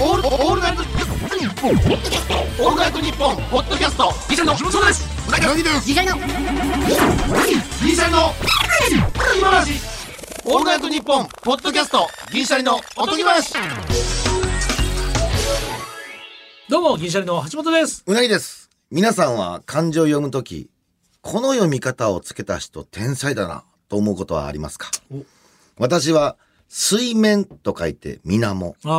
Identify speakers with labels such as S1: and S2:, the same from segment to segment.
S1: オールオールナイトニッポンオールナイトニッポンポッドキャストギシャリの木本そうですうなぎの
S2: 次回の
S1: ギシャリの今話オールナイトニッポンポッドキャストギシャリのおとぎ話
S3: どうも、銀シャリの橋本です。
S4: うなぎです。皆さんは漢字を読むとき、この読み方をつけた人天才だなと思うことはありますか
S3: お
S4: 私は、水面と書いて水面、
S3: あ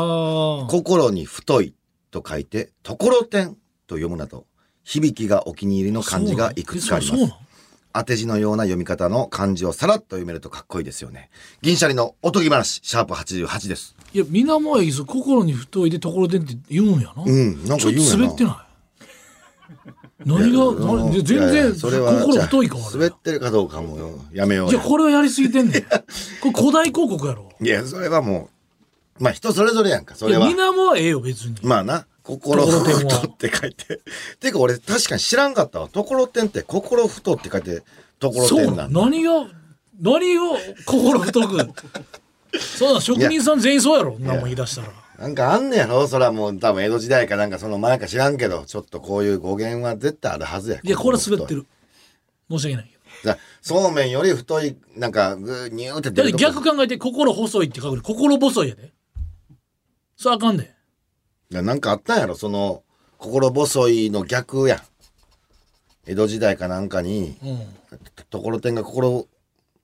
S3: あ。
S4: 心に太いと書いてところてんと読むなど、響きがお気に入りの漢字がいくつかありま
S3: そう
S4: す
S3: な。の
S4: 当て字のような読み方の漢字をさらっと読めるとかっこいいですよね。銀シャリのおとぎ話、シャープ88です。
S3: いや、みなもやぎす、心に太いでところでんって言うんやな。
S4: うんなんか言うんやな
S3: ちょっと滑ってない。何が、何全
S4: いやい
S3: 然、
S4: やそれは
S3: 心太いか
S4: じゃあ
S3: ら。
S4: 滑ってるかどうかもやめよう
S3: い
S4: よ
S3: や、これはやりすぎてんねん。これ古代広告やろ。
S4: いや、それはもう、まあ人それぞれやんか、そ
S3: い
S4: れ
S3: や、
S4: は
S3: み。なもはええよ、別に。
S4: まあな、心
S3: ところてんは
S4: 太って書いて。てか俺確かに知らんかったわ。ところてんって心太って書いて、ところ
S3: そ
S4: て
S3: うんな
S4: なんんだ。
S3: 何が、何を心 太く。そうだ、職人さん全員そうやろ、んなもん言い出したら。
S4: なんかあんねやろそらもう多分江戸時代かなんかその前か知らんけど、ちょっとこういう語源は絶対あるはずや。
S3: いや、これは滑って。る。申し訳ないけど。
S4: じゃあそうめんより太い、なんかぐーにゅーって出
S3: だって
S4: るとこ。
S3: 逆考えて心細いって書くで心細いやでそれあかんで
S4: いやなんかあったんやろその、心細いの逆やん。江戸時代かなんかに、
S3: うん
S4: ところてんが心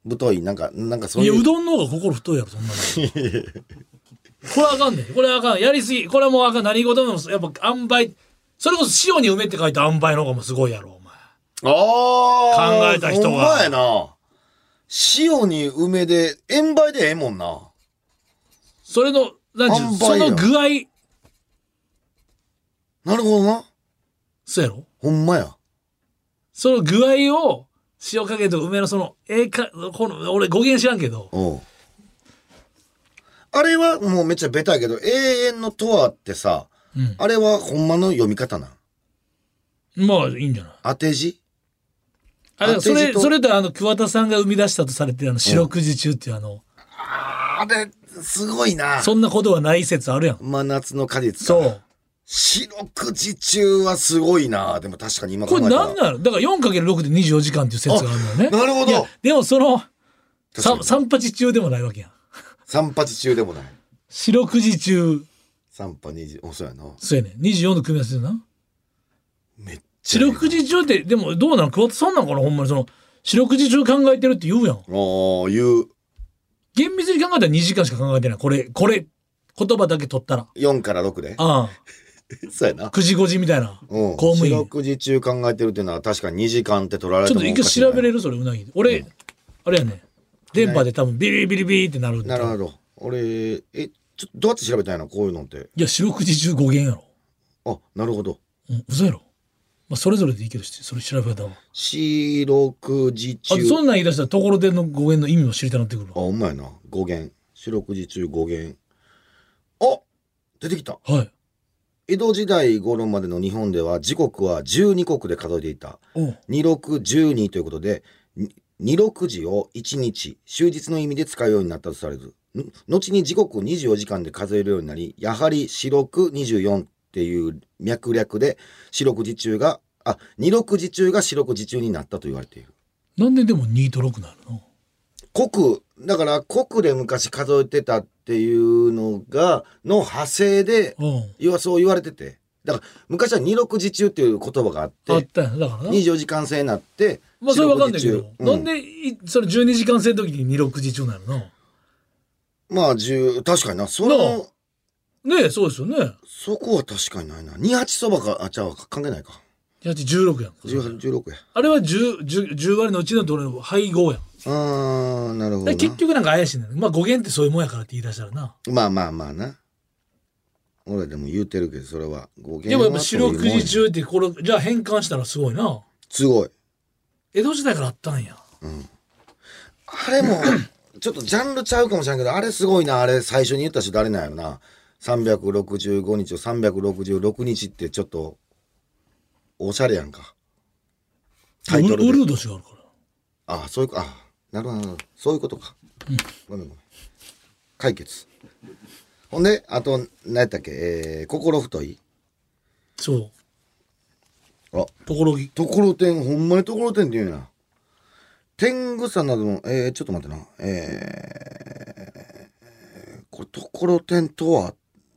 S4: 太い、なんか、なんかそう
S3: い
S4: い
S3: や
S4: う。
S3: うどんの方が心太いやろそんなの これあかんでこれあかんやりすぎこれはもうあかん何事でもやっぱ塩梅それこそ塩に梅って書いた塩梅の方がもうすごいやろお前
S4: あ
S3: 考
S4: あ
S3: えた人が
S4: ほんまやな。塩に梅で、塩梅でええもんな。
S3: それのなんちゅう
S4: 塩
S3: そ
S4: 梅や
S3: の具合
S4: なるほどな。
S3: そうやろ
S4: ほんまや。
S3: その具合を塩かけと梅のそのええかこの俺語源知らんけど
S4: おうあれはもうめっちゃベタやけど、永遠のとはってさ、
S3: うん
S4: あれはほんまの読み方なん。
S3: まあいいんじゃない
S4: 当て字
S3: あれ
S4: 当
S3: そ
S4: て
S3: れ
S4: 字と
S3: それとあの桑田さんが生み出したとされてるあの四六時中っていうあの、
S4: あれ、すごいな。
S3: そんなことはない説あるやん。
S4: 真夏の果実か
S3: そう。
S4: 四六時中はすごいな。でも確かに今
S3: こ
S4: 考え
S3: れ
S4: たら。
S3: 何なのだから 4×6 で24時間っていう説があるのよね。
S4: なるほど
S3: いやでもその、
S4: 確か
S3: さ
S4: に
S3: 三八中でもないわけやん。
S4: 三八中でもない。
S3: 四六時中、
S4: 三八二十、お、そうやな。
S3: そうやねん。24の組み合わせでな。
S4: めっち
S3: 四
S4: ゃええな。
S3: 六時中って、でもどうなの桑田さんなんかなほんまにその、四六時中考えてるって言うやん。
S4: おー、言う。
S3: 厳密に考えたら2時間しか考えてない。これ、これ、言葉だけ取ったら。
S4: 4から6で。
S3: あ
S4: そうやな
S3: あ、。9時5時みたいな。
S4: うん。
S3: 公務員
S4: 四。六時中考えてるっていうのは確かに2時間って取られ
S3: ち
S4: て
S3: ょ
S4: も
S3: っと
S4: お
S3: 一
S4: か
S3: 回
S4: しいな
S3: 調べれるそれうなぎ。俺、あれやねん。電波で多分ビリビリビリってなるんだ
S4: なるほど。俺、え、ちょっとどうやって調べたんやな、こういうのって。
S3: いや、四六時中語源やろ。
S4: あ、なるほど。
S3: うん、嘘やろ。まあ、それぞれでいいけど、それ調べ方は。あ
S4: 四六時中。
S3: そんなん言い出したら、ところでの語源の意味も知りたなってくる
S4: あ、
S3: わ。
S4: ほんまやな。語源。四六時中語源。あ出てきた。
S3: はい。
S4: 江戸時代頃までの日本では時刻は12国で数えていた。
S3: おう
S4: 2612ということでに26時を1日終日の意味で使うようになったとされるん後に時刻を24時間で数えるようになりやはり四六24っていう脈略で四六時中があ二六時中が四六時中になったと言われている
S3: なんででも2と6なるの
S4: 国だから国で昔数えてたっていうのがの派生で
S3: うん。
S4: いわそう言われててだから昔は二六時中っていう言葉があっ
S3: あってたやん。だからな。
S4: 24時間制になって
S3: まあ、それわかんないけ
S4: 四
S3: ど
S4: 六時、中
S3: なんでい、その12時間制の時に2、6時中なるの
S4: まあ十確かになそ
S3: なあ
S4: の
S3: ねえ、そうですよね。
S4: そこは確かにないな28そばかあちゃうわ関係ないか
S3: 18、16やんか。
S4: 18 16や
S3: あれは 10, 10, 10割のうちのどれの配合やん。
S4: あーなるほど
S3: で
S4: な
S3: 結局なんか怪しいんだよね。まあ、語源ってそういうもんやからって言い出したらな。
S4: まあまあまあな俺でも言うてるけどそれは語源
S3: でもやっぱ
S4: は
S3: 四
S4: そういうもん
S3: 六
S4: や
S3: 時中って、これ、じゃあ変換したらすごいな。
S4: すごい
S3: 江戸時代からあったんや。
S4: あれも ちょっとジャンルちゃうかもしれんけどあれすごいなあれ最初に言った人誰なんやろな365日を366日ってちょっとおしゃれやんかタイトル
S3: ウ
S4: で
S3: ルウルード氏があるから。
S4: あそういうこあなるほどなるほどそういうことか、ごめんごめん解決ほんで、あと、何やったっけ、えー、心太い。
S3: そう
S4: あ、
S3: ところぎ
S4: ところてん、ほんまにところてんって言うな。天狗さんなどの、えー、ちょっと待ってな。えー、これ、ところてんとは、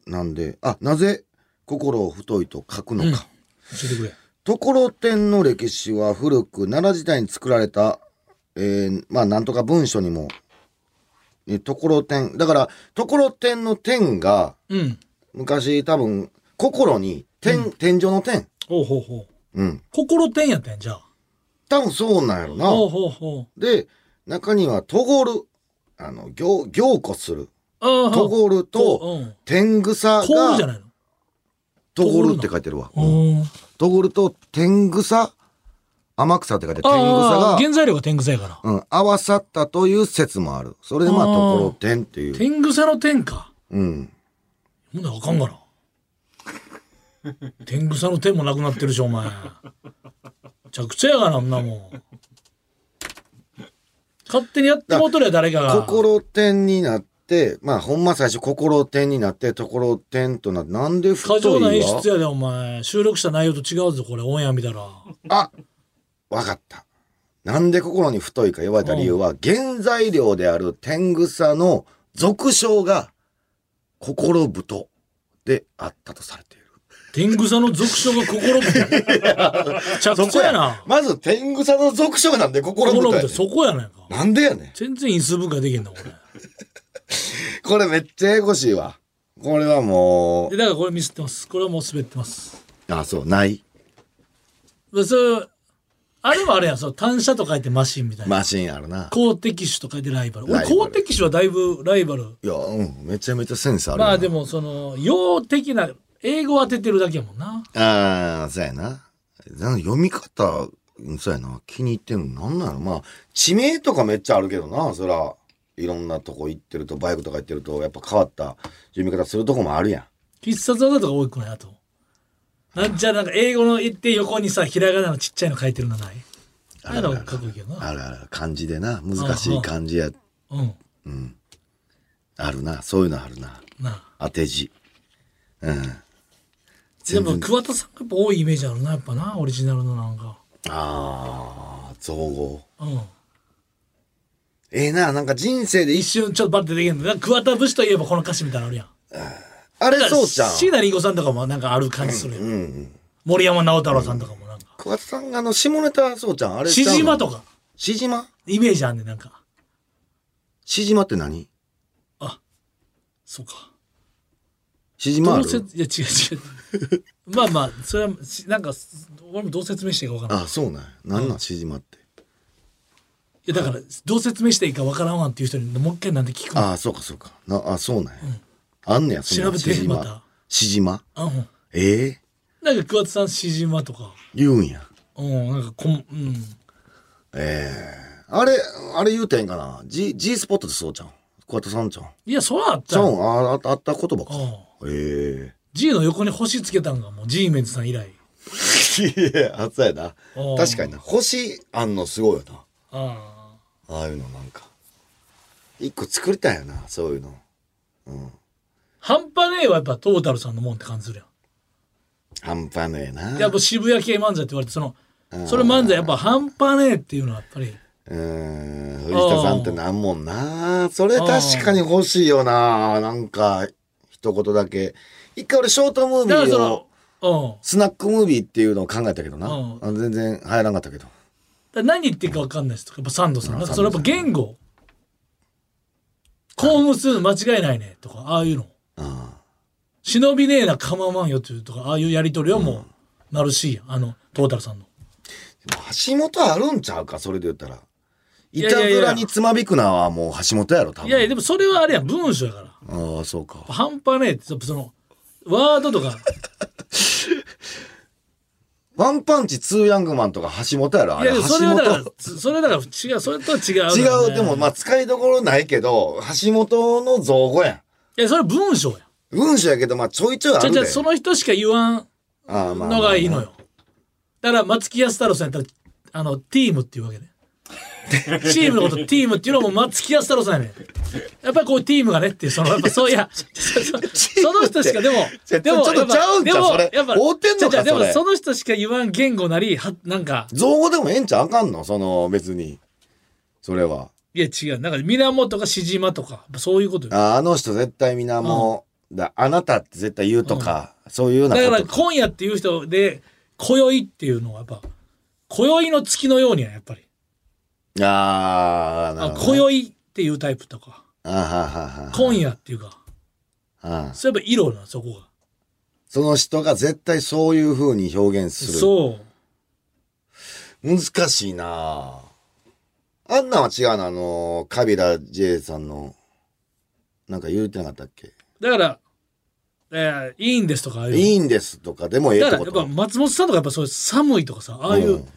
S4: なんで、あ、なぜ、心を太いと書くのか。
S3: 教えてくれ
S4: ところてんの歴史は古く奈良時代に作られた、えーまあなんとか文書にも、えところてんだからところてんの点が
S3: うん
S4: 昔多分心に点、天井の点
S3: ほうほうほ
S4: う
S3: う
S4: ん
S3: 心点やったんやじゃあ
S4: 多分そうなんやろ
S3: ほう
S4: な
S3: ほうほう
S4: で中にはとごるあの行行こする
S3: あーは
S4: とごると
S3: うん
S4: 天草
S3: こうじゃ
S4: が
S3: ないの
S4: とごるって書いてるわ
S3: うん
S4: とごると天草天草って書いてる天草
S3: あ
S4: が
S3: あ原材料が天草やから
S4: うん、合わさったという説もある。それでまあ、
S3: あ
S4: と
S3: ー
S4: ころてんっていう。
S3: 天草の天か
S4: うん。
S3: ほんならあかんがな天草の天もなくなってるしお前めちゃくちゃやがなあんなもん勝手にやってもうとるや誰かが
S4: 心てんになって、まあ、ほんま最初、心てんになって、ところてんとなって、なんで太
S3: 過剰
S4: い
S3: な演
S4: わ
S3: 出やでお前収録した内容と違うぞこれオンエア見たら
S4: あ、わかった。なんで心に太いか言われた理由は、原材料である天草の俗称が、心太であったとされている。
S3: 天草の俗称が心太めちゃくちゃやな
S4: まず、天草の俗称なんで心
S3: 心
S4: 太や
S3: 太
S4: ねん
S3: そこやないか
S4: なんでやねん。
S3: 全然因数分解できんだこれ
S4: これめっちゃややこしいわ。これはもう
S3: で、だからこれミスってますこれはもう滑ってます
S4: あ、そう、ない。
S3: まあそれあれはあれやんその単車と書いてマシンみたいな
S4: マシンあるな。
S3: 公敵手と書いてライバル俺
S4: ライバル
S3: 公敵手はだいぶライバル
S4: いや、うん、めちゃめちゃセンスあるよな。
S3: まあでもその洋的な英語を当ててるだけやもんな
S4: ああ、そうやな。なん読み方、うんそうやな。気に入ってんの。なんなのまあ、地名とかめっちゃあるけどな、そら。いろんなとこ行ってると、バイクとか行ってると、やっぱ変わった読み方するとこもあるやん。
S3: 必殺技とか多くないあとなんじゃあなんか英語の言って横にさひらがなのちっちゃいの書いてるのないああいうのかっこいいけどな
S4: あるある。漢字でな。難しい漢字や、
S3: うん
S4: あるな。そういうのあるな。
S3: なあ
S4: 当て字。うん。
S3: で
S4: 全
S3: も
S4: 部。
S3: 桑田さんがやっぱ多いイメージあるなやっぱなオリジナルのなんか
S4: ああ、造語。
S3: うん
S4: ええな、なんか人生で
S3: 一
S4: 一緒。
S3: 瞬ちょっとバッてできるんだなんか桑田節といえばこの歌詞みたいなのあるやん
S4: あれそうじゃん。
S3: 椎名林檎さんとかもなんかある感じするやん、
S4: うんうん。
S3: 森山直太朗さんとかもなんか
S4: 桑田さんがあの、下ネタ、そうちゃん。あれち
S3: し
S4: ゃうの
S3: じまとか
S4: しじま
S3: イメージあんねんなんか
S4: しじまって何
S3: そうか
S4: しじまあ
S3: ど
S4: る
S3: うせいや違う違う まあまあそれはしなんか俺もどう説明していいか分からんい
S4: あ、そうなんや。なんなん、しじまって。
S3: やだからどう説明していいか分からんわんっていう人にもう一回なんで聞くの
S4: あ、そうかそうか。な、あ、そうなんや。あんねや、そんな
S3: 調べて
S4: しじ
S3: また
S4: ま。しじま
S3: あうん
S4: ええ
S3: なんか桑田さんしじまとか
S4: 言うんや。
S3: うんなんかこんうん
S4: あれ、あれ言うてんかな。G、G スポットってそうちゃん。桑田さんちゃん。
S3: いやそうあっ
S4: ち
S3: た
S4: ゃ
S3: よ
S4: うん、あ、ああった言葉か。え
S3: G の横に星つけたんがもう G メンズさん以来
S4: え。 いや、あそうやな
S3: うん。
S4: 確かにな。星あんのすごいよな。
S3: あ
S4: ああいうのなんか。一個作りたいよな、そういうの。
S3: あ半端ねえはやっぱトータルさんのもんって感じするやん
S4: 半端ねえな。
S3: やっぱ渋谷系漫才って言われてそのそれ漫才やっぱ半端ねえっていうのはやっぱり
S4: うーん、藤田さんってなんもんな。それ確かに欲しいよな。なんか、一言だけ。一回俺、ショートムービ
S3: だから
S4: ー
S3: そ
S4: を
S3: の、うん
S4: スナックムービーっていうのを考えたけどな。
S3: うん
S4: あ全然流行らなかったけど。
S3: だから何言ってるか分かんないですとかやっぱサンドさん
S4: うん
S3: なんかそれやっぱ言語興奮するの間違いないねとかああいうの
S4: うん。
S3: 忍びねえな構わんよっていうとかああいうやり取りはもうなるしいやんあのトータルさんの
S4: 橋本あるんちゃうか、それで言ったら。い
S3: や
S4: た
S3: いやいや
S4: ずらにつまびくなはもう橋本やろ、多分。
S3: いやいやでもそれはあれやん文章やからやっ
S4: ああ、そうか
S3: ぱ。半端ねえってやっぱそのワードとか
S4: ワンパンチツーヤングマンとか橋本やろ、あ
S3: い
S4: れ。
S3: やいや
S4: 橋
S3: それはだから
S4: 本。
S3: それはだから違うそれとは違う、
S4: 違う、でもまあ使いどころないけど、橋本の造語やん。
S3: いやそれは文章やん
S4: 文章やけど、まあちょいちょいあ
S3: じ
S4: る
S3: ゃあじゃあ
S4: で。
S3: その人しか言わん
S4: ああまあまあ
S3: のがいいのよ。だから松木安太郎さんやったら、あの、ティームっていうわけね。チームのこと、ティームっていうのはもう松木安太郎さんやねん。やっぱりこう、ティームがねっていう、その、やっぱそう いや、そそその人しか、でも
S4: ちょ、
S3: でも、
S4: ちょっと
S3: やぱ
S4: ちゃうんちゃう
S3: でも
S4: それ
S3: やっぱ、
S4: 合うてんのか
S3: ちゃうちゃう
S4: それ
S3: でも、その人しか言わん言語なり、はなんか、
S4: 造語でもええんちゃうあかんのその別にそれはい
S3: や違う、なんか、源がしじまとか、そういうことよ
S4: ああの人絶対みなもう、だあなたって絶対言うとか、そういうような
S3: だ
S4: こ
S3: か
S4: と
S3: ら、今夜っていう人で、今宵っていうのは、やっぱ、今宵の月のようには、やっぱり、
S4: ああな
S3: あ
S4: るほど
S3: 今
S4: ね、
S3: 宵っていうタイプとか、
S4: あははは
S3: 今夜っていうか、
S4: あ
S3: そういえば色な、そこが。
S4: その人が絶対そういうふうに表現する
S3: そう。
S4: 難しいなああんなんは違うなあのカビラ J さんのなんか言うてなかったっけ、
S3: だから、えーいいんですとかああいう
S4: いいんですとかでもええ
S3: だ
S4: っ
S3: か
S4: て
S3: ら
S4: こ
S3: やっ
S4: と
S3: ぱ松本さんとかやっぱそういう寒いとかさああいう、
S4: うん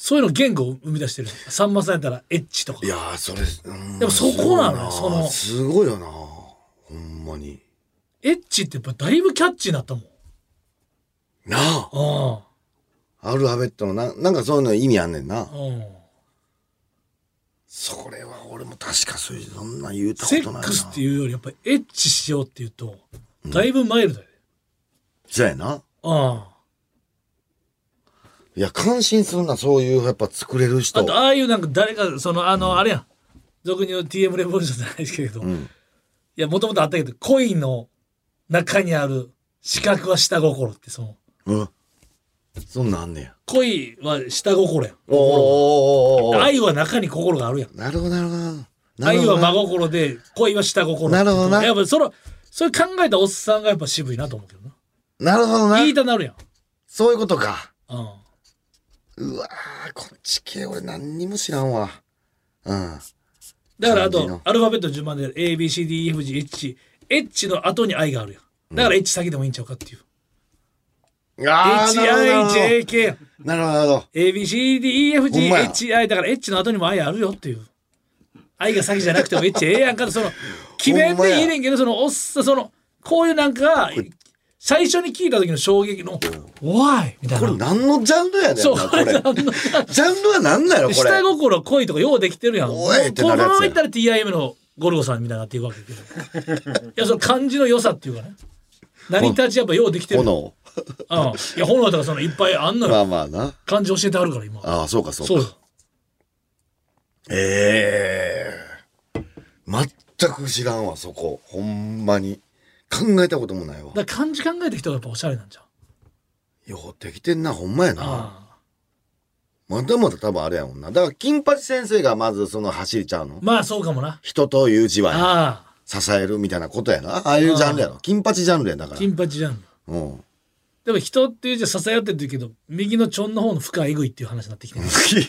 S3: そういうの言語を生み出してるさんまさんやったらエッチとか
S4: いやーそれ、うん
S3: でもそこなのよ
S4: そう
S3: そ
S4: だな
S3: の
S4: すごいよなほんまに
S3: エッチってやっぱだいぶキャッチーになったもん
S4: なあ
S3: あ
S4: アルファベットのななんかそういうの意味あんねんな
S3: あ、うん、
S4: それは俺も確かそういうそんなん言うたこと
S3: セ
S4: ない
S3: ッ
S4: な
S3: クスっていうよりやっぱエッチしようっていうとだいぶマイルドやで、
S4: じゃやな
S3: あ
S4: いや感心するなそういうやっぱ作れる
S3: あ
S4: 人
S3: あとああいうなんか誰かそのあの、あれやん俗に言う TM レボリューションじゃないですけれど、
S4: う
S3: い
S4: ん
S3: やもともとあったけど恋の中にある資格は下心ってその
S4: うんそんなんあんねや
S3: 恋は下心やん
S4: おーおーおーおーおー
S3: 愛は中に心があるやん
S4: なるほどなるほどなるほ
S3: 愛
S4: ど
S3: は真心で恋は下心
S4: なるほどな
S3: やっぱそのそれ考えたおっさんがやっぱ渋いなと思うけどな
S4: なるほどな
S3: 言いたなるやん、
S4: そういうことか
S3: うん、
S4: うわーこっち系俺何にも知らんわうん
S3: だから
S4: 感
S3: あ
S4: じ
S3: と
S4: の
S3: アルファベットの順番で ABCDEFGH エッチの後に愛があるやんだからエッチ先でもいいんちゃうかっていう、
S4: あーなるほどなるほど
S3: HIJK
S4: なるほどなるほど。ほんまや
S3: ABCDEFGHI だからエッチの後にも愛あるよっていう愛が先じゃなくてもエッチええやんか とその決めん
S4: ほんまや
S3: でいいねんけどそのおっさんそのこういうなんか最初に聞いた時の衝撃の「おい!」みたい
S4: こ
S3: な
S4: れ何のジャンルやねんな
S3: そう
S4: これ。ジャンルは何なのこれ
S3: 下。心恋とかようできてるやん
S4: おいって
S3: こ
S4: な
S3: の
S4: るやつや
S3: ままいったら TIM のゴルゴさんみたいになっていくわけやけどいやその感じの良さっていうかね何立ちやっぱようできてる
S4: 炎。
S3: うん、いや炎とかそのいっぱいあんの
S4: ま
S3: よ
S4: あまあな。
S3: 感じ教えてあるから今
S4: ああ、そうかそう
S3: そう
S4: か。
S3: よ
S4: ええ全く知らんわ、そこ。ほんまに。考えたこともないわ。
S3: だから漢字考えた人がやっぱおしゃれなんじゃん
S4: ようできてんな、ほんまやな。
S3: ああ
S4: まだまだ多分あれやもんな。だから、金八先生がまずその走りちゃうの。
S3: まあそうかもな
S4: 人という字は
S3: あ
S4: 支えるみたいなことやな。ああいうジャンルやろ。金八ジャンルやだか
S3: あ
S4: ら。
S3: 金八じゃん
S4: うん。
S3: でも人っていうじゃ支え合ってるけど右のちょんの方の負荷えぐいっていう話になってきて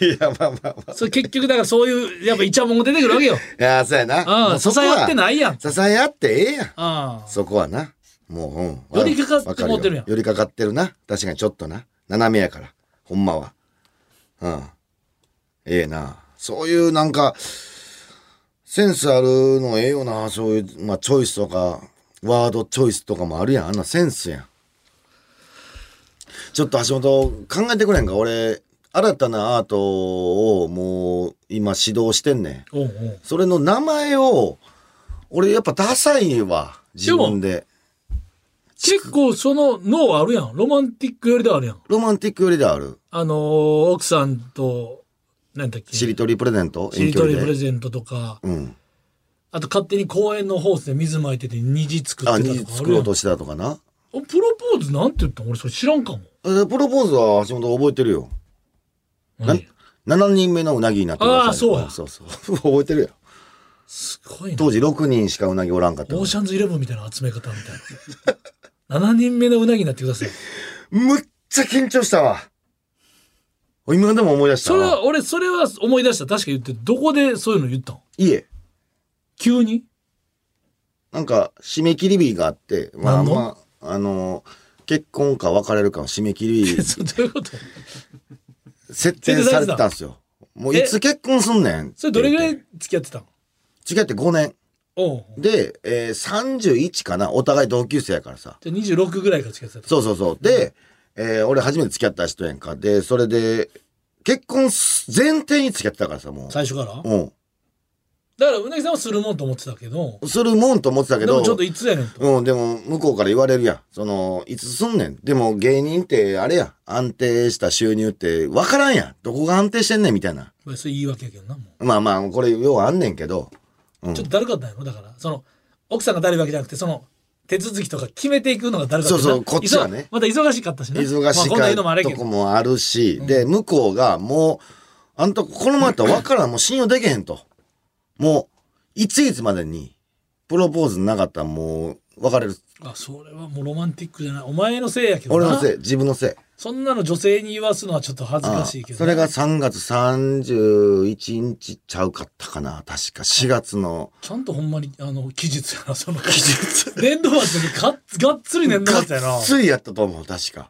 S3: る
S4: いや、まあまあまあ。
S3: それ結局だからそういうやっぱイチャモンが出てくるわけよ
S4: いや、そうやな。
S3: あ
S4: も
S3: あ
S4: うそ
S3: 支
S4: こ
S3: え
S4: は
S3: 合ってないやん
S4: 支え合ってええやん。
S3: ああ
S4: そこはな。もう、うん。
S3: 寄りかか
S4: わ
S3: って
S4: るよ
S3: もうてるやん
S4: 寄りかかってるな。確かにちょっとな。斜めやから。ほんまは。うん。ええな。そういうなんか、センスあるのええよな。そういう、まあ、チョイスとか、ワードチョイスとかもあるやん。あんなセンスやん。ちょっと橋本、考えてくれんか。俺、新たなアートをもう今指導してんねん。
S3: おうおう
S4: それの名前を、俺やっぱダサいわ。自分で。
S3: 結構その脳あるやんロマンティックよりではあるやん
S4: ロマンティックよりである。
S3: あのー奥さんと何だっけ
S4: しりとりプレゼント
S3: しりとりプレ
S4: ン
S3: ゼントとか
S4: ト。うん。
S3: あと勝手に公園のホースで水まいてて虹作っ
S4: あ、
S3: てた
S4: に
S3: とかあ
S4: 作ろ
S3: るや
S4: うんとしたとかな。
S3: おプロポーズなんて言ったの俺それ知らんかも
S4: えプロポーズは橋本覚えてるよ。な
S3: 何
S4: 7人目のうなぎになってください
S3: あーそうや
S4: んそうそう。 覚えてるよ。
S3: すごいな
S4: 当時6人しかうなぎおらんかった
S3: オ。ーシャンズイレブンみたいな集め方みたいな7人目のうなぎになってください
S4: むっちゃ緊張したわ。今でも思い出した
S3: それ
S4: わ。
S3: は俺それは思い出した確か言ってどこでそういうの言ったの
S4: いえ。
S3: 急に
S4: なんか締め切り日があって、まあ
S3: 何の
S4: まあ、あの、結婚か別れるかの締め切り日
S3: それ どういうこと
S4: 設定されてたんですよ。もういつ結婚すんねん。
S3: それどれぐらい
S4: 付
S3: 付き合ってたの
S4: き合って5年。
S3: おう
S4: で、えー、31かな。お互い同級生やからさ。
S3: じゃあ26ぐらいから付き合ってた
S4: そうそうそう。で、えー俺初めて付き合った人やんか。で、それで、結婚す前提に付き合ってたからさ、も
S3: 最初から
S4: う。うん。
S3: だからうなぎさんはするもんと思ってたけど
S4: するもんと思ってたけ
S3: で
S4: ど、
S3: もちょっといつやねんと
S4: うん、でも、向こうから言われるやん。その、いつすんねん。でも、芸人って、あれや、安定した収入って、わからんやん。どこが安定してんねん、みたいな。
S3: まあそれ言い訳やけどなもう
S4: まあまあ、これ、ようあんねんけど。うん
S3: ちょっとだるかったんやろだからその奥さんが誰わけじゃなくてその手続きとか決めていくのがだるかったんやな
S4: そうそうこっちはね
S3: 忙また忙しかったしね
S4: 忙
S3: まあ
S4: し
S3: こんな言うのも
S4: か
S3: あれ
S4: い
S3: や
S4: と
S3: け
S4: こ
S3: ど
S4: もあるし、で、向こうが、もう、あんた、このままやったらわからん。もう信用できへんと。もう、いついつまでに、プロポーズなかったら、もう、別れる。
S3: あそれはもうロマンティックじゃないお前のせいやけど
S4: 俺
S3: な
S4: のせい、自分のせい。
S3: そんなの女性に言わすのはちょっと恥ず
S4: ああ
S3: かしいけど
S4: そ
S3: ね、
S4: れが3月31日ちゃうかったかな確か4月の
S3: ちゃんとほんまにあの期日やなその期 日年度末にかっがっつり年度末やな
S4: がっつりやったと思う確か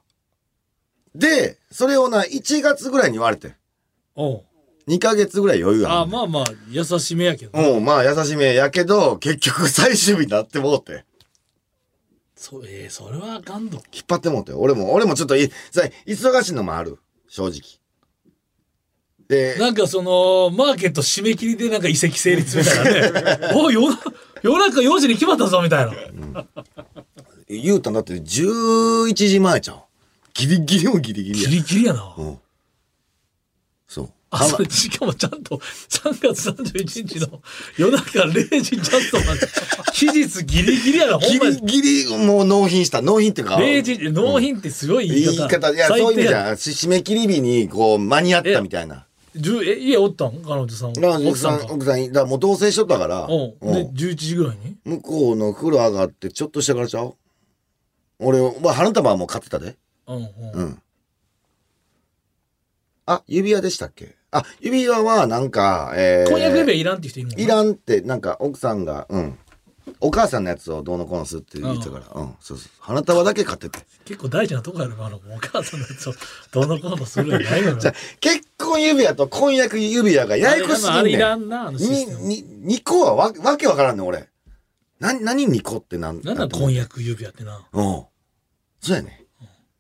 S4: でそれをな1月ぐらいに言われて
S3: おう
S4: 2ヶ月ぐらい余裕
S3: あ
S4: あ
S3: あ
S4: る
S3: まあまあ優しめやけどな、
S4: うんまあ優しめやけど結局最終日になってもうて
S3: そうえー、それはあかんど
S4: 引っ張ってもうて俺も俺もちょっといさ忙しいのもある正直で
S3: なんかそのマーケット締め切りでなんか移籍成立みた いなねおい夜中夜中4時に決まったぞみたいな
S4: 言うたんだって11時前ちゃうギリギリもギリギリ
S3: ギ
S4: や
S3: リギリやな
S4: うんそう
S3: あそれしかもちゃんと3月31日の夜中0時ちゃんと待 って期日ギリギリやなほん
S4: ギ
S3: ま
S4: リ
S3: に
S4: ギリもう納品した納品っていうか
S3: 0時納品ってすごい言い
S4: 言い
S3: 方
S4: 方いやそういう意味じゃんし締め切り日にこう間に合ったみたいな
S3: じゅえ家おったん彼女さん
S4: だから
S3: 奥さんか
S4: 奥さんだからもう同棲しとったから
S3: おう
S4: う
S3: で
S4: ん
S3: 11時ぐらいに
S4: 向こうの風呂上がってちょっとしてからちゃう俺、まあ、花束はもう買ってたで
S3: うんうん
S4: うんあ指輪でしたっけあ指輪はなんかえー
S3: 婚約指輪いらんって人いるもん
S4: いらんってなんか奥さんがうんお母さんのやつをどうのこうのするって言ってたからうんそうそう花束だけ買ってて
S3: 結構大事なとこやろあのお母さんのやつを どんなことするやないのよ
S4: じゃあ結婚指輪と婚約指輪がややこしす
S3: あれ
S4: ぎん
S3: い
S4: ね
S3: ら
S4: ん。
S3: んなあのシ
S4: に
S3: ステ、ム
S4: に、二個はわ、わけわからんねん、俺。な、何二個ってなん
S3: なんだ
S4: と
S3: 婚約指輪ってな
S4: うん。そうやね。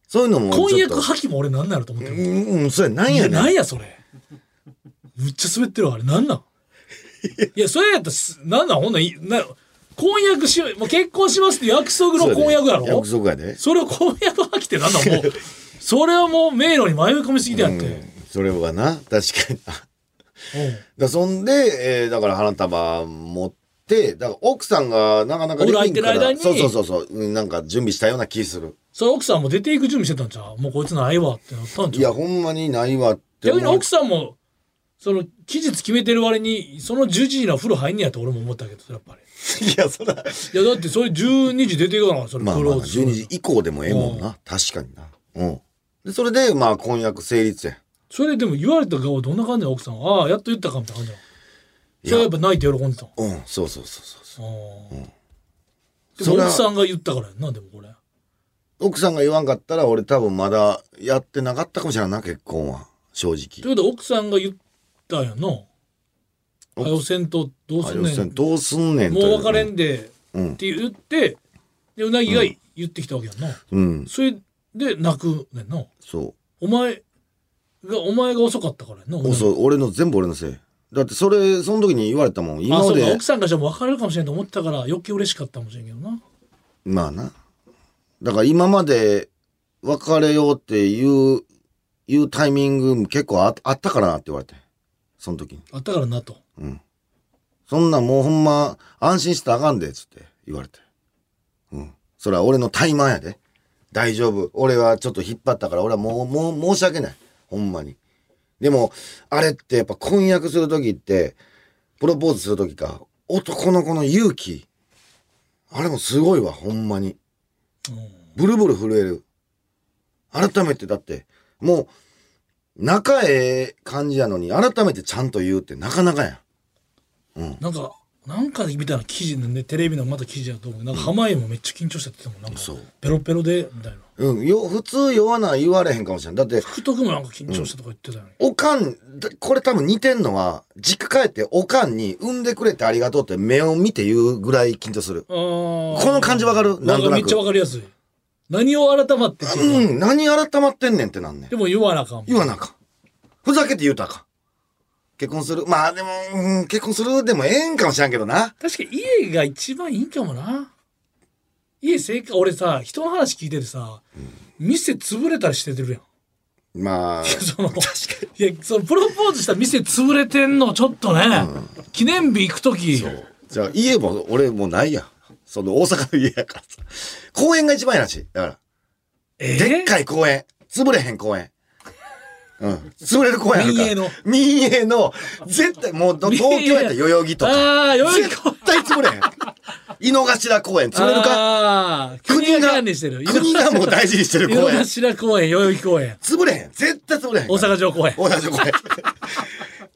S4: そういうのもちょっと。
S3: 婚約破棄も俺なんなると思っ
S4: う
S3: てる
S4: ん、うん、そうや、なん
S3: い
S4: や
S3: やな
S4: ね
S3: ん
S4: ん。
S3: やそれむっちゃ滑ってるわあれなんなん いやそれやったらすなんなんほんなんいな婚約しようもう結婚しますって約束の婚約や
S4: そ
S3: ろ
S4: うね約束やで。
S3: それを婚約破棄ってなんだも うそれはもう迷路に迷い込みすぎてやって、
S4: うんそれはな、確かに。あ
S3: うん
S4: だそんで、えーだから花束持って、だから奥さんがなかなか
S3: 俺空いてる
S4: リビングから
S3: 間に
S4: そうそうそうそううん、なんか準備したような気する。
S3: それ奥さんも出ていく準備してたんちゃうもうこいつないわってなったん
S4: い
S3: ちゃ
S4: や、
S3: う
S4: ほんまにないわって思
S3: 逆
S4: う。
S3: に奥さんもその期日決めてる割にその11時には風呂入んねやと俺も思ったけどやっぱり
S4: いや、そら。
S3: いやだってそれ12時出ていくからそれ
S4: まあ
S3: ク
S4: ま
S3: ロ
S4: あ
S3: ーズする
S4: 12時以降でもええもんな確かになうんでそれでまあ婚約成立や
S3: それでも言われた側はどんな感じなの奥さんはああやっと言ったかみたいな感じなのそれはやっぱ泣いて喜んでたの
S4: うんそうそうそうそうそ
S3: ああで
S4: そ
S3: も
S4: れは
S3: 奥さんが言ったからやんなでもこれ
S4: う奥さんが言わんかったら俺多分まだやってなかったかもしれんないな結婚は正
S3: と
S4: 直
S3: いうことは奥さんが言ったんやんな
S4: 奥
S3: 早せんとどう
S4: あ
S3: すん
S4: 要
S3: ね
S4: する
S3: ん
S4: にどうすんねん
S3: もう別れ
S4: ん
S3: んで
S4: う
S3: っ
S4: ん
S3: て言ってでうなぎが言ってきたわけやんな、
S4: うん
S3: それで泣くねんな
S4: そ
S3: お前がお前が遅かったからやんな
S4: うおそう俺の全部俺のせいだってそれその時に言われたもん
S3: あ
S4: 今ま
S3: そうか
S4: で
S3: 奥さんがじゃあもう別れるかもしれんと思ってたから余計嬉しかったかもしれんけどな
S4: まあなだから今まで別れようっていういうタイミング結構ああったからなって言われてその時に
S3: あったからなと
S4: うん。そんなんもうほんま、安心したらあかんで、つって言われて。うん。それは俺の怠慢やで。大丈夫。俺はちょっと引っ張ったから、俺はもう、もう、申し訳ない。ほんまに。でも、あれってやっぱ婚約するときって、プロポーズするときか、男の子の勇気。あれもすごいわ、ほんまに。ブルブル震える。改めてだって、もう、仲ええ感じやのに、改めてちゃんと言うってなかなかやん。
S3: なんかなんかみたいな記事のねテレビのまた記事だと思うけどなんか濱家もめっちゃ緊張しててたもんなんか
S4: そう
S3: ペロペロでみたいな
S4: うん、よ普通言わない言われへんかもしれんだって
S3: 福徳もなんか緊張したとか言ってたよね、
S4: おかんだこれ多分似てんのは実家帰っておかんに産んでくれてありがとうって目を見て言うぐらい緊張する
S3: あー
S4: この感じわかるなんとなく
S3: めっちゃわかりやすい何を改まってっていううか
S4: ん何改まってんねんってなんねん
S3: でも言わなあかんもん
S4: 言わなあかんふざけて言うたらあかん。結婚するまあでも、うん、結婚するでもええんかもしれんけどな。
S3: 確かに家が一番いいんかもな家正解俺さ人の話聞いててさ、店潰れたりしててるやん
S4: まあ、
S3: いやそのいやそのプロポーズした店潰れてんのちょっとね、記念日行く時
S4: じゃあ家も俺もうないやん。その大阪の家やからさ。公園が一番やらし。だから、
S3: えー
S4: でっかい公園。潰れへん公園。うん。潰れる公園あるから。
S3: 民営の。
S4: 民営の、絶対、もうど、
S3: 民営
S4: 東京やったら代々木とか。
S3: ああよい
S4: 絶対潰れへん。井の頭公園、潰れるか
S3: か国
S4: 国
S3: が
S4: が
S3: 管理してる
S4: 国がもう大事にしてる
S3: 井の
S4: 公園。
S3: 頭公園代々木公園
S4: 潰れへん。絶対潰れへんか
S3: 大
S4: ら。
S3: 阪城公園
S4: 同じ公園。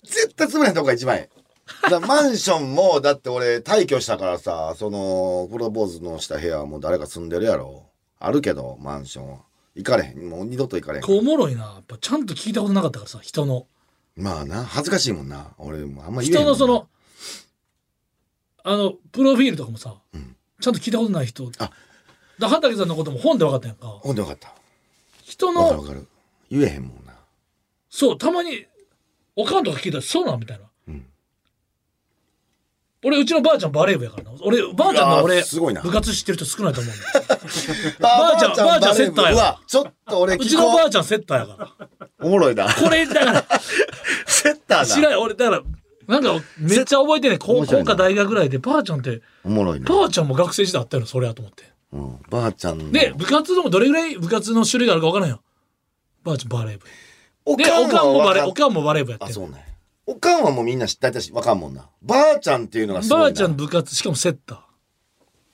S4: 絶対潰れへんとこが一番ええ。だからマンションも、だって俺、退去したからさ、その、プロポーズのした部屋はもう誰か住んでるやろ。あるけど、マンションは。行かれへん。もう二度と行かれへん。
S3: こうおもろいなやっぱちゃんと聞いたことなかったからさ人の
S4: まあな、恥ずかしいもんな。俺、もあんま言えへ
S3: 人
S4: んもん
S3: の
S4: な
S3: そのあのプロフィールとかもさ、ちゃんと聞いたことない人
S4: あ
S3: だ畑さんのことも本で分かったやんか
S4: ほんでよかった。
S3: 人
S4: わかる
S3: の
S4: わかる。言えへんもんな。
S3: そうたまにおかんとか聞いたらそうなんみたいな、俺うちのばあちゃんバレー部やからな俺ばあちゃん
S4: うわ
S3: の
S4: ー
S3: 俺
S4: すごいな
S3: 部活知ってる人少ないと思うん だよば
S4: ば
S3: あちゃんばあちゃんセッターや
S4: うわ、ちょっと俺
S3: う
S4: 聞
S3: ちの
S4: こ
S3: ば
S4: う。
S3: あちゃんセッターやから
S4: おもろいな。
S3: これ だから
S4: セッタ
S3: 知
S4: ー
S3: ら
S4: だ。
S3: ん俺だからなんかめっちゃ覚えてね高
S4: 面白
S3: 校
S4: いな
S3: か大学ぐらいでばあちゃんって
S4: おもろいな。
S3: ばあちゃんも学生時代あったよなそれやと思って
S4: うん、ばあちゃんの。
S3: で部活でもどれぐらい部活の種類があるか分からんよばあちゃんバレー部
S4: お
S3: でおかんも
S4: わ
S3: バレ
S4: か
S3: ーおかんもバレー部やっ
S4: あ、
S3: て
S4: そ
S3: る
S4: うね。おかんはもうみんな知ったいたし、わかんもんな。ばあちゃんっていうのがすごいな。
S3: ばあちゃんの部活しかもセッター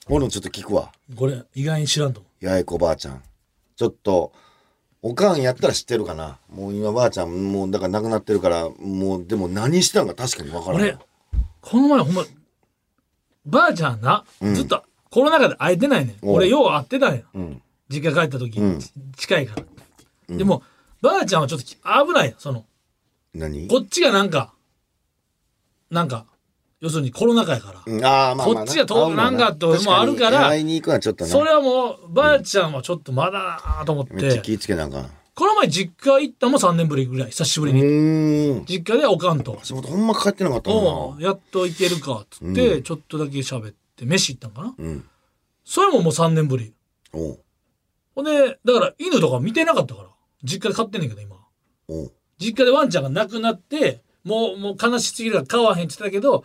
S4: 俺もちょっと聞くわ。
S3: これ意外に知らんと思う
S4: 八重子ばあちゃん。ちょっと、おかんやったら知ってるかな。もう今ばあちゃん、もうだから亡くなってるから、もうでも何したんか確かにわからん。
S3: 俺この前ほんまばあちゃんな、ずっとコロナ禍で会えてないねん
S4: おう
S3: 俺よう会ってたんや、
S4: ん
S3: 実家帰った時、
S4: うん
S3: ち近いから、でもばあちゃんはちょっとき危ないやんその
S4: 何
S3: こっちがなんかなんか要するにコロナ禍やから、
S4: うんああ、まあまあ
S3: こっちが遠くなんかって俺もあるから
S4: 確に会いに行くのはちょっとな。
S3: それはもうばあちゃんはちょっとまだなと思って、
S4: めっちゃ気ぃつけなあかん。う
S3: この前実家行ったのも3年ぶりぐらい久しぶりに、
S4: ーん。
S3: 実家でおかんと
S4: 仕事ほんま帰ってなかった
S3: お
S4: もん
S3: う
S4: な。
S3: やっと行けるかっつって、
S4: うん
S3: ちょっとだけ喋って飯行ったんかな
S4: うん。
S3: それももう3年ぶり
S4: おう
S3: ほんでだから犬とか見てなかったから実家で飼ってんねんけど今
S4: おう
S3: 実家でワンちゃんが亡くなってもうもう悲しすぎるから飼わへんって言ってたけど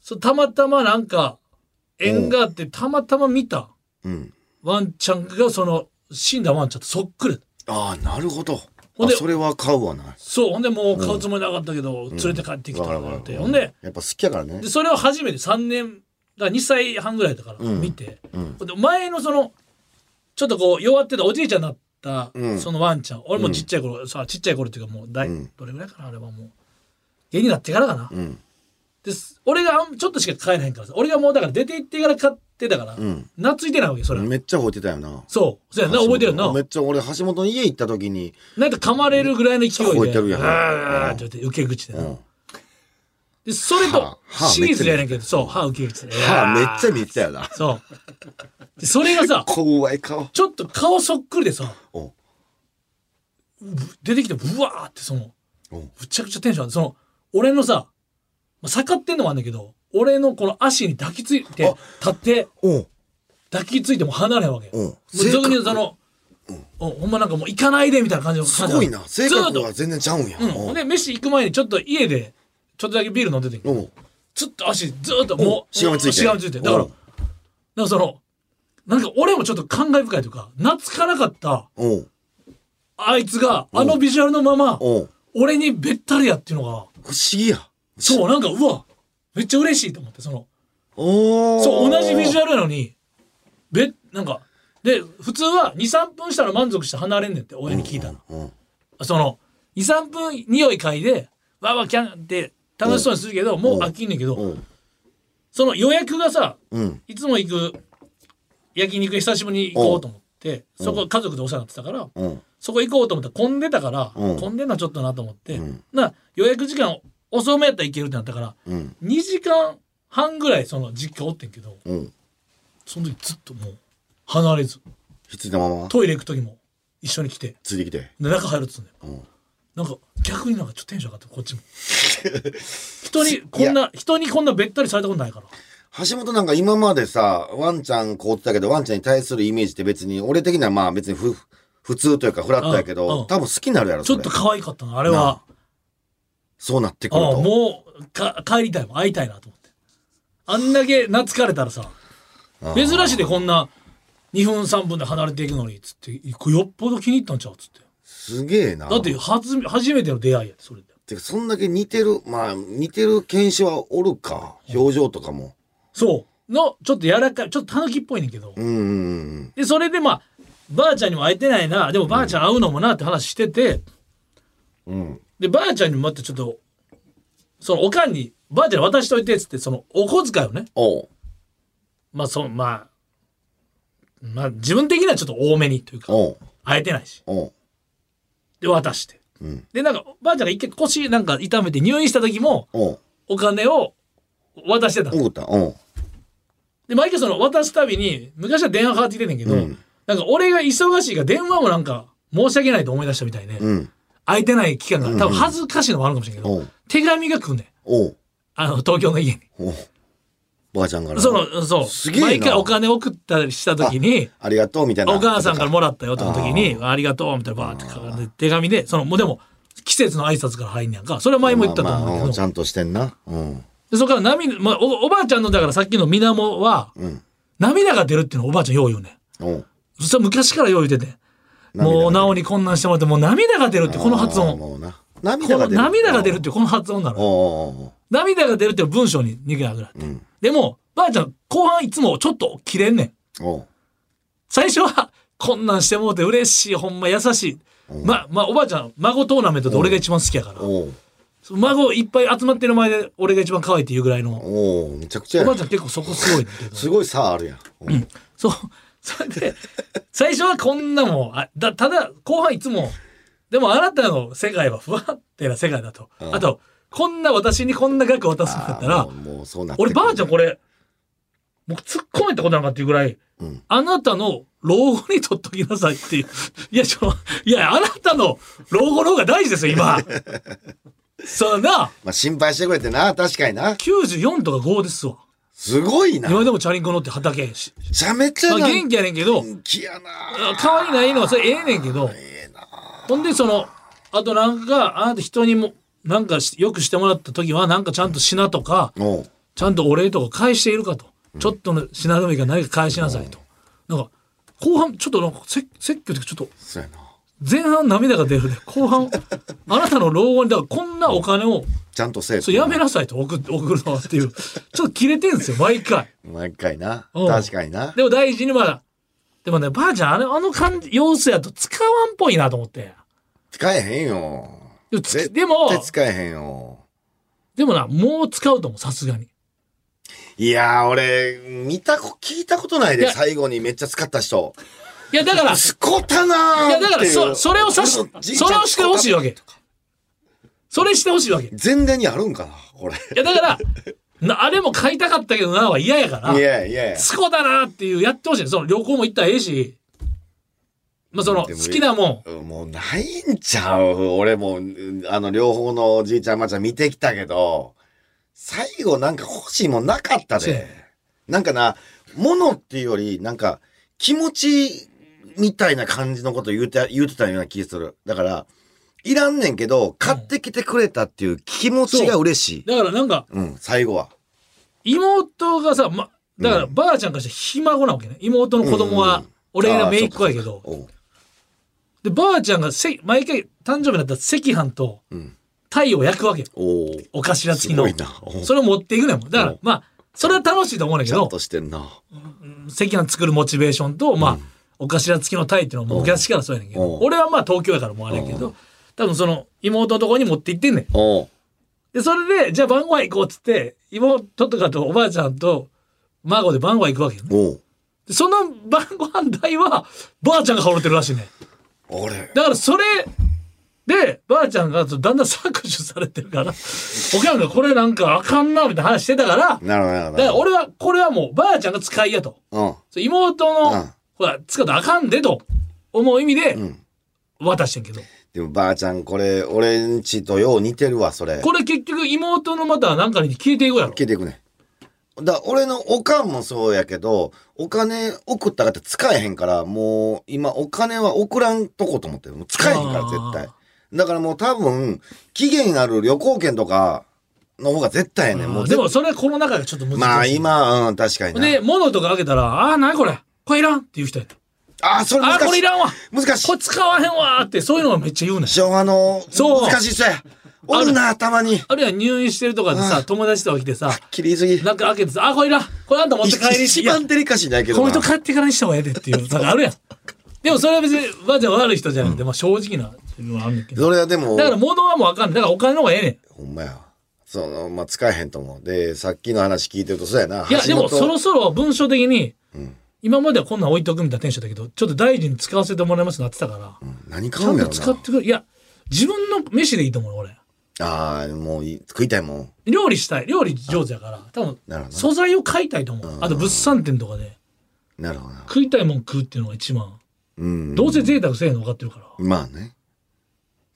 S3: そうたまたまなんか縁があってたまたま見た
S4: うん。
S3: ワンちゃんがその死んだワンちゃんとそっくり
S4: ああ、なるほど。
S3: ほん
S4: あ
S3: で
S4: それは買うわな。
S3: そうほんでもう買うつもりなかったけど、連れて帰ってきた
S4: わか
S3: って
S4: るわ
S3: なっ
S4: か
S3: て
S4: る
S3: ほんで
S4: やっぱ好きやからね
S3: で。それを初めて3年だ2歳半ぐらいだから
S4: うん
S3: 見て、
S4: うん
S3: で前のそのちょっとこう弱ってたおじいちゃんになった
S4: うん
S3: そのワンちゃん、俺もちっちゃい頃、さちっちゃい頃っていうかもうだい、
S4: うん
S3: どれぐらいかなあれはもう家になってからかな、
S4: うん。
S3: です俺があんちょっとしか帰らへんからさ俺がもうだから出て行ってから買ってたから、
S4: うん
S3: 懐いてないわけよそれは、
S4: めっちゃ吠えてたよな。
S3: そうそうやんな覚えてるよ
S4: 橋本め
S3: な
S4: っちゃ俺、橋本の家行った時に、
S3: なんか噛まれるぐらいの勢いで
S4: めっちゃ吠えてるやん
S3: あーあーって言って受け口でな、
S4: うん。
S3: でそれ
S4: は
S3: と
S4: あはあ
S3: シリーズやねんけど、そう歯受け口で
S4: 歯めっちゃ
S3: いや
S4: 見てたよな
S3: ー。そうでそれがさ
S4: 怖い顔。
S3: ちょっと顔そっくりでさ
S4: お
S3: 出てきてブワーってその
S4: お
S3: むちゃくちゃテンション上がってその俺のさまあ盛ってんのもあんだけど俺のこの足に抱きついて
S4: あ
S3: 立って
S4: お
S3: 抱きついても離れへんわけよ
S4: うん
S3: もう俗に言
S4: 性格
S3: うその、おほんまなんかもう行かないでみたいな感じの
S4: すごいな。性格
S3: ず
S4: が
S3: っ
S4: 全然ちゃうんや。
S3: とうんほんで飯行く前にちょっと家でちょっとだけビール飲んでてんけ
S4: お
S3: ど
S4: う
S3: ずっと足ずっともう
S4: しがみついて。
S3: しがみついてだから
S4: おう
S3: なんかそのなんか俺もちょっと感慨深いというか懐かなかった
S4: おう
S3: あいつがあのビジュアルのまま
S4: おう
S3: 俺にべったりやっていうのが
S4: 不思議や。
S3: そうなんかうわめっちゃ嬉しいと思ってその
S4: おお。
S3: そう同じビジュ
S4: ア
S3: アルなのにべなんかで普通は23分したら満足して離れんねんって親に聞いたの、
S4: ル。うん。
S3: その23分匂い嗅いでわーわーキャンって楽しそうにするけどもう
S4: うん
S3: 飽きんねんけど、
S4: うん
S3: その予約がさ
S4: うん。
S3: いつも行く焼肉久しぶりに行こうと思って、そこ家族でお世話になってたから、
S4: うん。
S3: そこ行こうと思ったら混んでたから、
S4: うん
S3: 混んでんのはちょっとなと思って、
S4: ん
S3: な予約時間遅めやったらいけるってなったから
S4: うん。
S3: 2時間半ぐらいその実家おってんけど
S4: うん。
S3: その時ずっともう離れず
S4: ひっついたまま。
S3: トイレ行く時も一緒に来て
S4: ついてきて。
S3: で中入るっつうんだよ
S4: うん。
S3: なんか逆になんかちょっとテンション上がってこ っちも人にこんな人にこんなべったりされたことないから
S4: 橋本なんか今までさ、ワンちゃん凍ってたけど、ワンちゃんに対するイメージって別に、俺的にはまあ別にふ普通というかフラットやけ
S3: うんう
S4: ど、
S3: ん
S4: 多分好きになるやろ、
S3: ち
S4: そ
S3: ょ
S4: れ
S3: っと。可愛かったなあれは
S4: そうなってく
S3: あ
S4: る
S3: あ
S4: と。
S3: もうか帰りたいもん会いたいなと思ってあんだけ懐かれたらさ
S4: うん
S3: 珍しいでこんな2分3分で離れていくのにっつってこれよっぽど気に入ったんちゃうっつって
S4: すげえな。
S3: だって初め初めての出会いやでそれで
S4: てかそんだけ似てる、まあ似てる犬種はおるか。表情とかも。
S3: そうのちょっと柔らかいちょっとたぬきっぽいねんけど、
S4: うんうんうん。
S3: でそれでまあばあちゃんにも会えてないなでもばあちゃん会うのもなって話してて、
S4: うん。
S3: でばあちゃんにもまたちょっとそのおかんにばあちゃんに渡しといてっつってそのお小遣いをね
S4: おう。
S3: まあそのまあまあ自分的にはちょっと多めにというか
S4: おう。
S3: 会えてないし
S4: おう。
S3: で渡して
S4: うん。
S3: でなんかばあちゃんが一回腰なんか痛めて入院した時も
S4: おう。
S3: お金を渡してたの
S4: おうた。おう。
S3: で毎回その渡すたびに昔は電話かかってきてんねんけど、
S4: うん
S3: なんか俺が忙しいから電話もなんか申し訳ないと思い出したみたいで、
S4: うん。
S3: 空いてない期間が多分恥ずかしいのもあるかもしれんけど、
S4: おう。
S3: 手紙が来んねん
S4: おう。
S3: あの東京の家に。
S4: おう。ばあちゃんから。
S3: そのそう
S4: すげえな
S3: 毎回お金送ったりした時に
S4: ありがとうみたいな。
S3: お母さんからもらったよとの時に「ありがとう」みたいなバーって書かれて手紙でそのもうでも季節の挨拶から入んねやんかそれは前も言ったと思う
S4: まあ
S3: ん
S4: まあ
S3: だ
S4: うん
S3: け
S4: ち
S3: ど
S4: ゃんとしてんな。うん。
S3: でそこから涙、まあ、おおばあちゃんのだからさっきの水面は
S4: うん。
S3: 涙が出るっていうのをおばあちゃんよう言うねん
S4: おう。
S3: そしたら昔からよう言うててもうなおにこんなんしてもらってもう涙が出るってこの発
S4: あー
S3: 音こ
S4: もうな。涙
S3: の
S4: が出る。
S3: 涙が出るってこの発音なの
S4: おうおうおう
S3: 涙が出るっていう文章に2回ぐらいあって
S4: うん。
S3: でもばあちゃん後半いつもちょっと切れんねん
S4: おう。
S3: 最初はこんなんしてもうて嬉しいほんま優しい、ままあおばあちゃん孫トーナメントで俺が一番好きやから、
S4: おう。
S3: その孫いっぱい集まってる前で俺が一番可愛いっていうぐらいの、
S4: おう。めちゃくちゃ
S3: お
S4: や
S3: ばあちゃん結構そこすごいねんだけど
S4: すごい差あるやん。うん。
S3: そうそれで最初はこんなもんあだただ後半いつもでもあなたの世界は不安定な世界だと、
S4: うん
S3: あとこんな私にこんな額渡すんだった
S4: あ
S3: ら
S4: ーもうもうそうなってく
S3: 俺
S4: る
S3: ばあちゃんこれ僕突っ込めたことなんかっていうぐらい、
S4: うん
S3: あなたの老後に取っときなさいっていういやちょいやあなたの老後の方が大事ですよ 今そうな
S4: まあ心配してくれてな、確かにな。
S3: 94とか5ですわ
S4: すごいな。
S3: 今
S4: め
S3: でもチャリンコ乗って畑し、
S4: ちゃめちゃ
S3: まあ、
S4: な
S3: 元気やねんけど
S4: 元気やな。
S3: 可愛いないのはそれええねんけどほんでそのあとなんかあなた人にもなんかしよくしてもらった時はなんかちゃんと品とか、
S4: おう。
S3: ちゃんとお礼とか返しているかと、ちょっとの品止めが何か返しなさいと、なんか後半ちょっとなんか説説教というかちょっと
S4: そうやな。
S3: 前半涙が出るで後 半あなたの老後にだからこんなお金を
S4: ちゃんとせえって
S3: そうやめなさいと送って送るのはっていうちょっと切れてんですよ毎回
S4: 毎回な。
S3: うん
S4: 確かにな。
S3: でも大事にまだでもねばあちゃんあのあの感じ様子やと使わんっぽいなと思って
S4: 使えへんよ。
S3: でもつ
S4: 絶
S3: でも
S4: 絶対使えへんよ。
S3: でもなもう使うと思うさすがに
S4: いやー、俺、見たこ、聞いたことない
S3: い
S4: で、
S3: や
S4: 最後にめっちゃ使った人。
S3: いやだから
S4: すこたなー
S3: いやだから
S4: っていう
S3: そそれをさし
S4: 俺のじいちゃ
S3: そ
S4: ん
S3: れをしてほしいわけそれしてほしいわけ
S4: 前例にあるんかなこれ。
S3: いやだからなあれも買いたかったけどなは嫌やから
S4: いやいやいや。
S3: スコだなっていうやってほしいその旅行も行ったらええしまあその好
S4: でも
S3: きなもん
S4: もうないんちゃう俺も、うんあの、両方のじいちゃんばあちゃん見てきたけど、最後なんか欲しいもんなかった
S3: そうや
S4: で。なんかな、物っていうより、なんか、気持ちみたいな感じのこと言うて、言うてたような気する。だから、いらんねんけど、買ってきてくれたっていう気持ちが嬉しい。
S3: だからなんか
S4: うん、最後は。
S3: 妹がさ、ま、だから
S4: うん
S3: ばあちゃんからしてひ孫なわけね妹の子供
S4: う
S3: は
S4: ん
S3: 俺が姪っ子やけど
S4: おう
S3: でばあちゃんがせ毎回誕生日になったら赤飯と
S4: うん。
S3: 太陽焼くわけよ
S4: おう
S3: お頭
S4: す
S3: 付きの
S4: ごいな。おう
S3: それを持っていくねんもんだか
S4: う
S3: ら
S4: ん
S3: まあそれは楽しいと思うねんだ
S4: ち
S3: け
S4: ゃん
S3: ど
S4: としてんな。
S3: 赤飯作るモチベーションと、まあ、お頭付きのタイっていうのはもう昔からそうやねんけど、
S4: うん
S3: 俺はまあ東京やからもうあれやけど、多分その妹のとこに持って行ってんねん。
S4: おう
S3: で、それで、じゃあ晩ご飯行こうっつって、妹とかとおばあちゃんと孫で晩ご飯行くわけよね。
S4: おう
S3: でその晩ご飯代は、ばあちゃんが払ってるらしいねん。
S4: 俺。
S3: だからそれで、ばあちゃんがだんだん搾取されてるから、おかんがこれなんかあかんな、みたいな話してたから、
S4: なるほど、なるほど。
S3: だから俺は、これはもうばあちゃんが使いやと。
S4: うん。
S3: そう妹
S4: う
S3: の
S4: ん、
S3: ほら、使うとあかんでと思う意味で
S4: うん
S3: 渡してんけど。
S4: でもばあちゃんこれ俺んちとよう似てるわそれ
S3: これ結局妹のまたなんかに消えていくやろ
S4: 消えていくねだ俺のおかんもそうやけどお金送ったかって使えへんからもう今お金は送らんとこと思ってるもう使えへんから
S3: あー
S4: 絶対だからもう多分期限ある旅行券とかの方が絶対やねんも
S3: あ
S4: う
S3: ーでも
S4: 絶
S3: それはこの中がちょっと難しい
S4: まあ今うん確かにな
S3: で物とか開けたら「ああー何これこれいらん」っていう人やった
S4: あーそ
S3: 「
S4: れ
S3: あ
S4: 難
S3: あーこれ
S4: し
S3: い
S4: い
S3: らんわ
S4: 難しい
S3: これ使わへんわ」ってそういうのがめっちゃ言うねん
S4: 昭和の
S3: そう
S4: 難しい人やおるなたまに
S3: あるいは入院してるとかで
S4: う
S3: さ友達とか来てさ
S4: 切りすぎ
S3: なんか開けてさ「あーこれいらんこれあんた持って帰り」
S4: 一番デリカシーないけど
S3: こ
S4: な
S3: の人帰ってからにした方がええでっていうのがあるやん。でもそれは別にばあちゃん悪い人じゃなくて、まあ正直な自分はあるんだけど。
S4: それはでも
S3: だから物はもうあかんねんだからお金の方がええねん。
S4: ほんまや。その、まあ、使えへんと思う。で、さっきの話聞いてると、そうやな。
S3: いや、でもそろそろ文章的に、
S4: ん
S3: 今まではこんなん置いとくみたいなテンションだけど、ちょっと大事に使わせてもらいますなってたから、
S4: 何
S3: ち
S4: 買
S3: ゃ
S4: うん
S3: ん
S4: や
S3: と
S4: ろ
S3: 使
S4: な。
S3: ってくる。いや、自分の飯でいいと思うよ俺。
S4: ああ、もういい食いたいもん。
S3: 料理したい。料理上手やから、多分
S4: なるほ、ど
S3: 素材を買いたいと思う。あと物産展とかで、
S4: なるほどな。
S3: 食いたいもん食うっていうのが一番。
S4: うん。
S3: どうせ贅沢せえへんの分かってるから。
S4: まあね。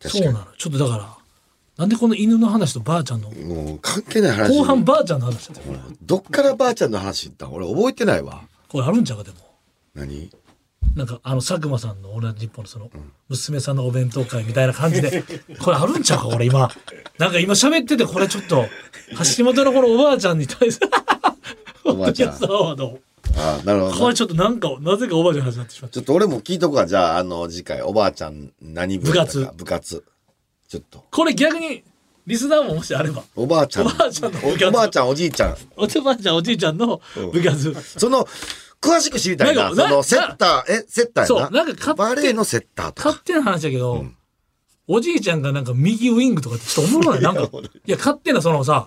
S3: そ
S4: 確
S3: う
S4: か
S3: なの。ちょっとだから、なんでこの犬の話とばあちゃんの
S4: に。もう関係ない話。
S3: 後半ばあちゃんの話だったよこれ
S4: どっからばあちゃんの話言ったん俺覚えてないわ。
S3: これあるんちゃうかでも
S4: 何
S3: なんかあの佐久間さんの「俺の日本のその娘さんのお弁当会みたいな感じでこれあるんちゃうかこれ今なんか今喋っててこれちょっと橋本のこのおばあちゃんに対する
S4: おばあちゃん
S3: ポッドキャストアワード
S4: ああ、なるほ
S3: こ
S4: ど
S3: れ
S4: な。
S3: ちょっとなんかなぜかおばあちゃんの話になってしまった
S4: ちょっと俺も聞いとくわ。じゃあ、あの、次回、おばあちゃん何部やったか部活。ちょっと。
S3: これ逆にリスナーももしあれば
S4: おばあちゃん。
S3: おばあちゃんの部活
S4: おおばあちゃん、おじいちゃん。
S3: おばあちゃんおじいちゃんの部活
S4: その、詳しく知りたいな。
S3: なんか
S4: そ
S3: な
S4: の、セッター、え、セッターやな。
S3: そうなんか勝手
S4: バレエのセッターとか。
S3: 勝手な話だけど、おじいちゃんがなんか右ウイングとかってちょっとおもろないなんかいや勝手なそのさ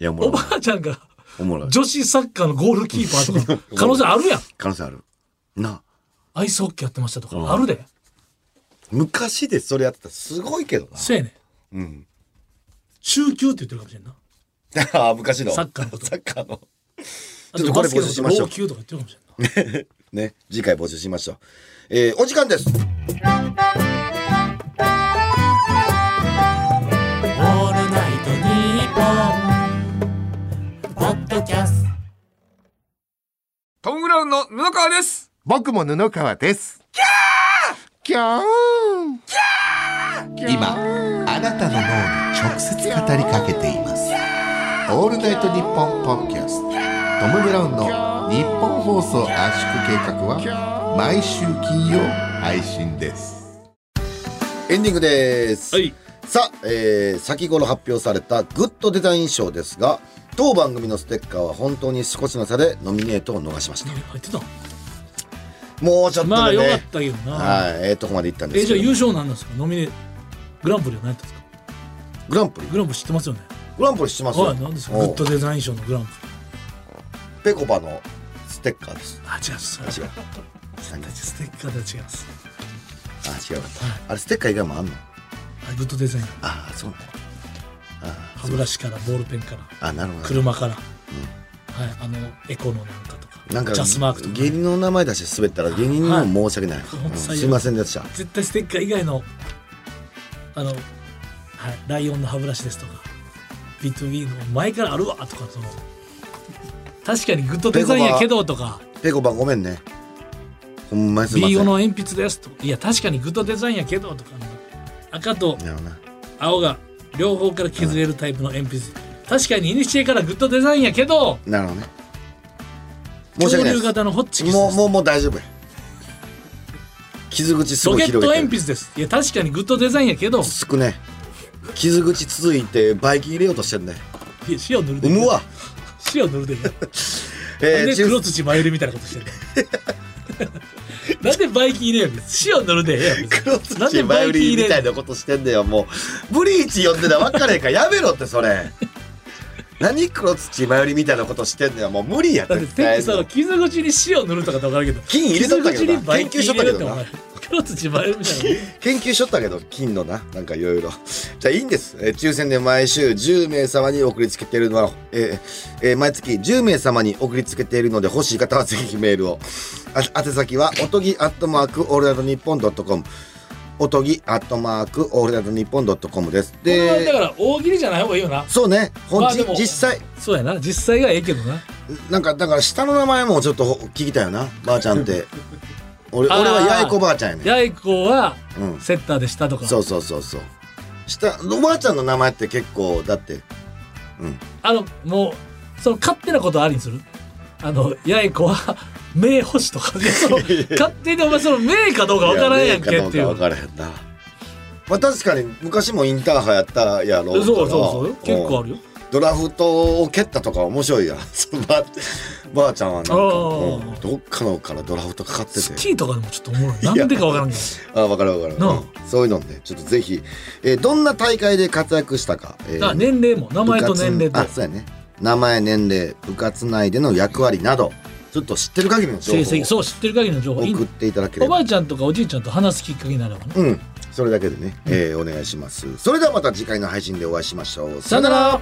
S4: いや、おもろ
S3: お
S4: い
S3: ばあちゃんが
S4: おもろい。
S3: 女子サッカーのゴールキー パーとか可能性あるやん
S4: 可能性ある。な。
S3: アイスホッケーやってましたと
S4: うん
S3: かあるで
S4: 昔でそれやってたらすごいけどな。
S3: せやねん
S4: うん。
S3: 中級って言ってるかもしれんな
S4: ああ、昔の。
S3: サッカーのこと
S4: サッカーの。
S3: あ
S4: ちょっとこれ募集しましょう
S3: バスケのこと老朽とか言ってるかもしれんな
S4: ね。次回募集しましょう。えー、お時間です。
S2: オールナイトニッポン」ポッドキャスト
S5: トム・ブラウンの布川です
S6: 僕も布川です。キャーキャー
S7: 今あなたの脳に直接語りかけていますオールナイトニッポンポッドキャストトム・ブラウンの日本放送圧縮計画は毎週金曜配信です
S4: エンディングです。
S3: はい
S4: さあ、えー先頃発表されたグッドデザイン賞ですが、当番組のステッカーは本当に少しの差でノミネートを逃しました。
S3: 何入ってたの
S4: もうちょっとでね。
S3: まあよかったけどな
S4: はい、えー、とこまで行ったんで
S3: え
S4: す
S3: じ
S4: け
S3: ゃあ
S4: ど。
S3: 優勝なんなんですかノミネグランプリは何やったんですか
S4: グランプリ
S3: グランプリ知ってますよね
S4: グランプリしてますよ。
S3: はい何ですか
S4: お
S3: グ
S4: う
S3: ッドデザイン賞のグランプリ
S4: ペコパのステッカーです。
S3: あ違うそれ
S4: 違う。何だ
S3: ステッカーでは違います
S4: あ、違うかった。あれステッカー以外もあんの
S3: はいグッドデザイン
S4: ああ、そうなんだ。あ
S3: 歯ブラシからボールペンから
S4: あ、あなるほど。
S3: 車から、はいあのエコのなんかとか
S4: なんか
S3: ジャスマークとか
S4: 芸人の名前出して滑ったら芸人にも申し訳ない。
S3: い
S4: うんすいませんでした。
S3: 絶対ステッカー以外のあの、はい、ライオンの歯ブラシですとか B2B の前からあるわとかその確かにグッドデザインやけどとか
S4: ペコパごめんね。ほんまにすいません。
S3: B5 の鉛筆ですとかいや確かにグッドデザインやけどとか赤と
S4: なるほどな
S3: 青が両方から削れるタイプの鉛筆、確かにイニシエからグッドデザインやけど
S4: なるほどね。申し
S3: 恐
S4: 訳ない
S3: 竜
S4: で
S3: 型のホッチキ
S4: す。
S3: ス
S4: も
S3: で
S4: う、
S3: す
S4: もう、もう大丈夫や。傷口す
S3: ロ
S4: ごい
S3: ケ
S4: 広
S3: ッ
S4: いて
S3: ト鉛筆ですいや確かにグッドデザインやけど
S4: 少ね傷口続いてバイキン入れようとしてんね
S3: いや塩塗るで
S4: 産むわ、
S3: 塩塗るでいい
S4: え
S3: なん
S4: ー
S3: で
S4: ちゅ
S3: 黒土迷えるみたいなことしてるの なんでバイキン入れやん塩塗るでええやん別に
S4: 黒
S3: なんで
S4: 土
S3: バ
S4: バイ
S3: イ
S4: オ
S3: キ
S4: リンみ
S3: ン入れ
S4: た
S3: や
S4: いなことしてんねよもうブリーチ呼んでたら分かれへんからやめろってそ れ何黒土バイオリンみたいなことしてんねよもう無理やっ
S3: だ
S4: て
S3: っててその傷口に塩塗るとかって分かるけど
S4: 金入れとったけどな
S3: 傷口にバイキン入れるっ
S4: 研究しとっ
S3: て
S4: たけどな
S3: お前黒土迷えるみたいな
S4: 研究しとったけど金のななんかいろいろじゃあいいんです、えー抽選で毎週10名様に送りつけているのは、えーえー毎月10名様に送りつけているので欲しい方はぜひメールをあ宛先はおとぎアットマークオールナイトニッポンドットコムおとぎアットマークオールナイトニッポンドットコムです。
S3: これはだか
S4: で、
S3: ら大喜利じゃない方がいいよな
S4: そうね、本、
S3: まあでも
S4: 実際
S3: そうやな実際がええけどな
S4: なんかだから下の名前もちょっと聞きたいよな、ばあちゃんって。俺
S3: あー
S4: 俺は八重子ばあちゃんやね。
S3: やいこは
S4: うん。
S3: セッターでしたとか
S4: そうそうそうそう。下おばあちゃんの名前って結構だって
S3: あのもうその勝手なことありにするあのやいこは 名星と かいやその勝手にお前その名かどうかわからんやんけってい
S4: や名
S3: う
S4: かどうかわからへんな。まあ確かに昔もインターハイやったやろ
S3: そう
S4: う
S3: そうそう
S4: から
S3: 結構あるよ
S4: ドラフトを蹴ったとか面白いやん そうばあばあちゃんはなんか、
S3: あ
S4: う
S3: ー
S4: んどっかのからドラフトかかって
S3: ス
S4: て
S3: キーとかでもちょっとおもろいなんでかわからんけど
S4: あ分かる分かる、
S3: なあ
S4: うんそういうのねちょっとぜひ、えーどんな大会で活躍したか、えー
S3: あ年齢も名前と年齢
S4: 部活
S3: と
S4: あそうやね名前年齢部活内での役割などちょっと知ってる限りの情
S3: 成
S4: 報
S3: 績
S4: を
S3: そう知ってる限りの情報いい
S4: 送っていただけれ
S3: お
S4: ば
S3: ばあちゃんとかおじいちゃんと話すきっかけになればね
S4: うんそれだけでね、えーお願いしますそれではまた次回の配信でお会いしましょう
S3: さよなら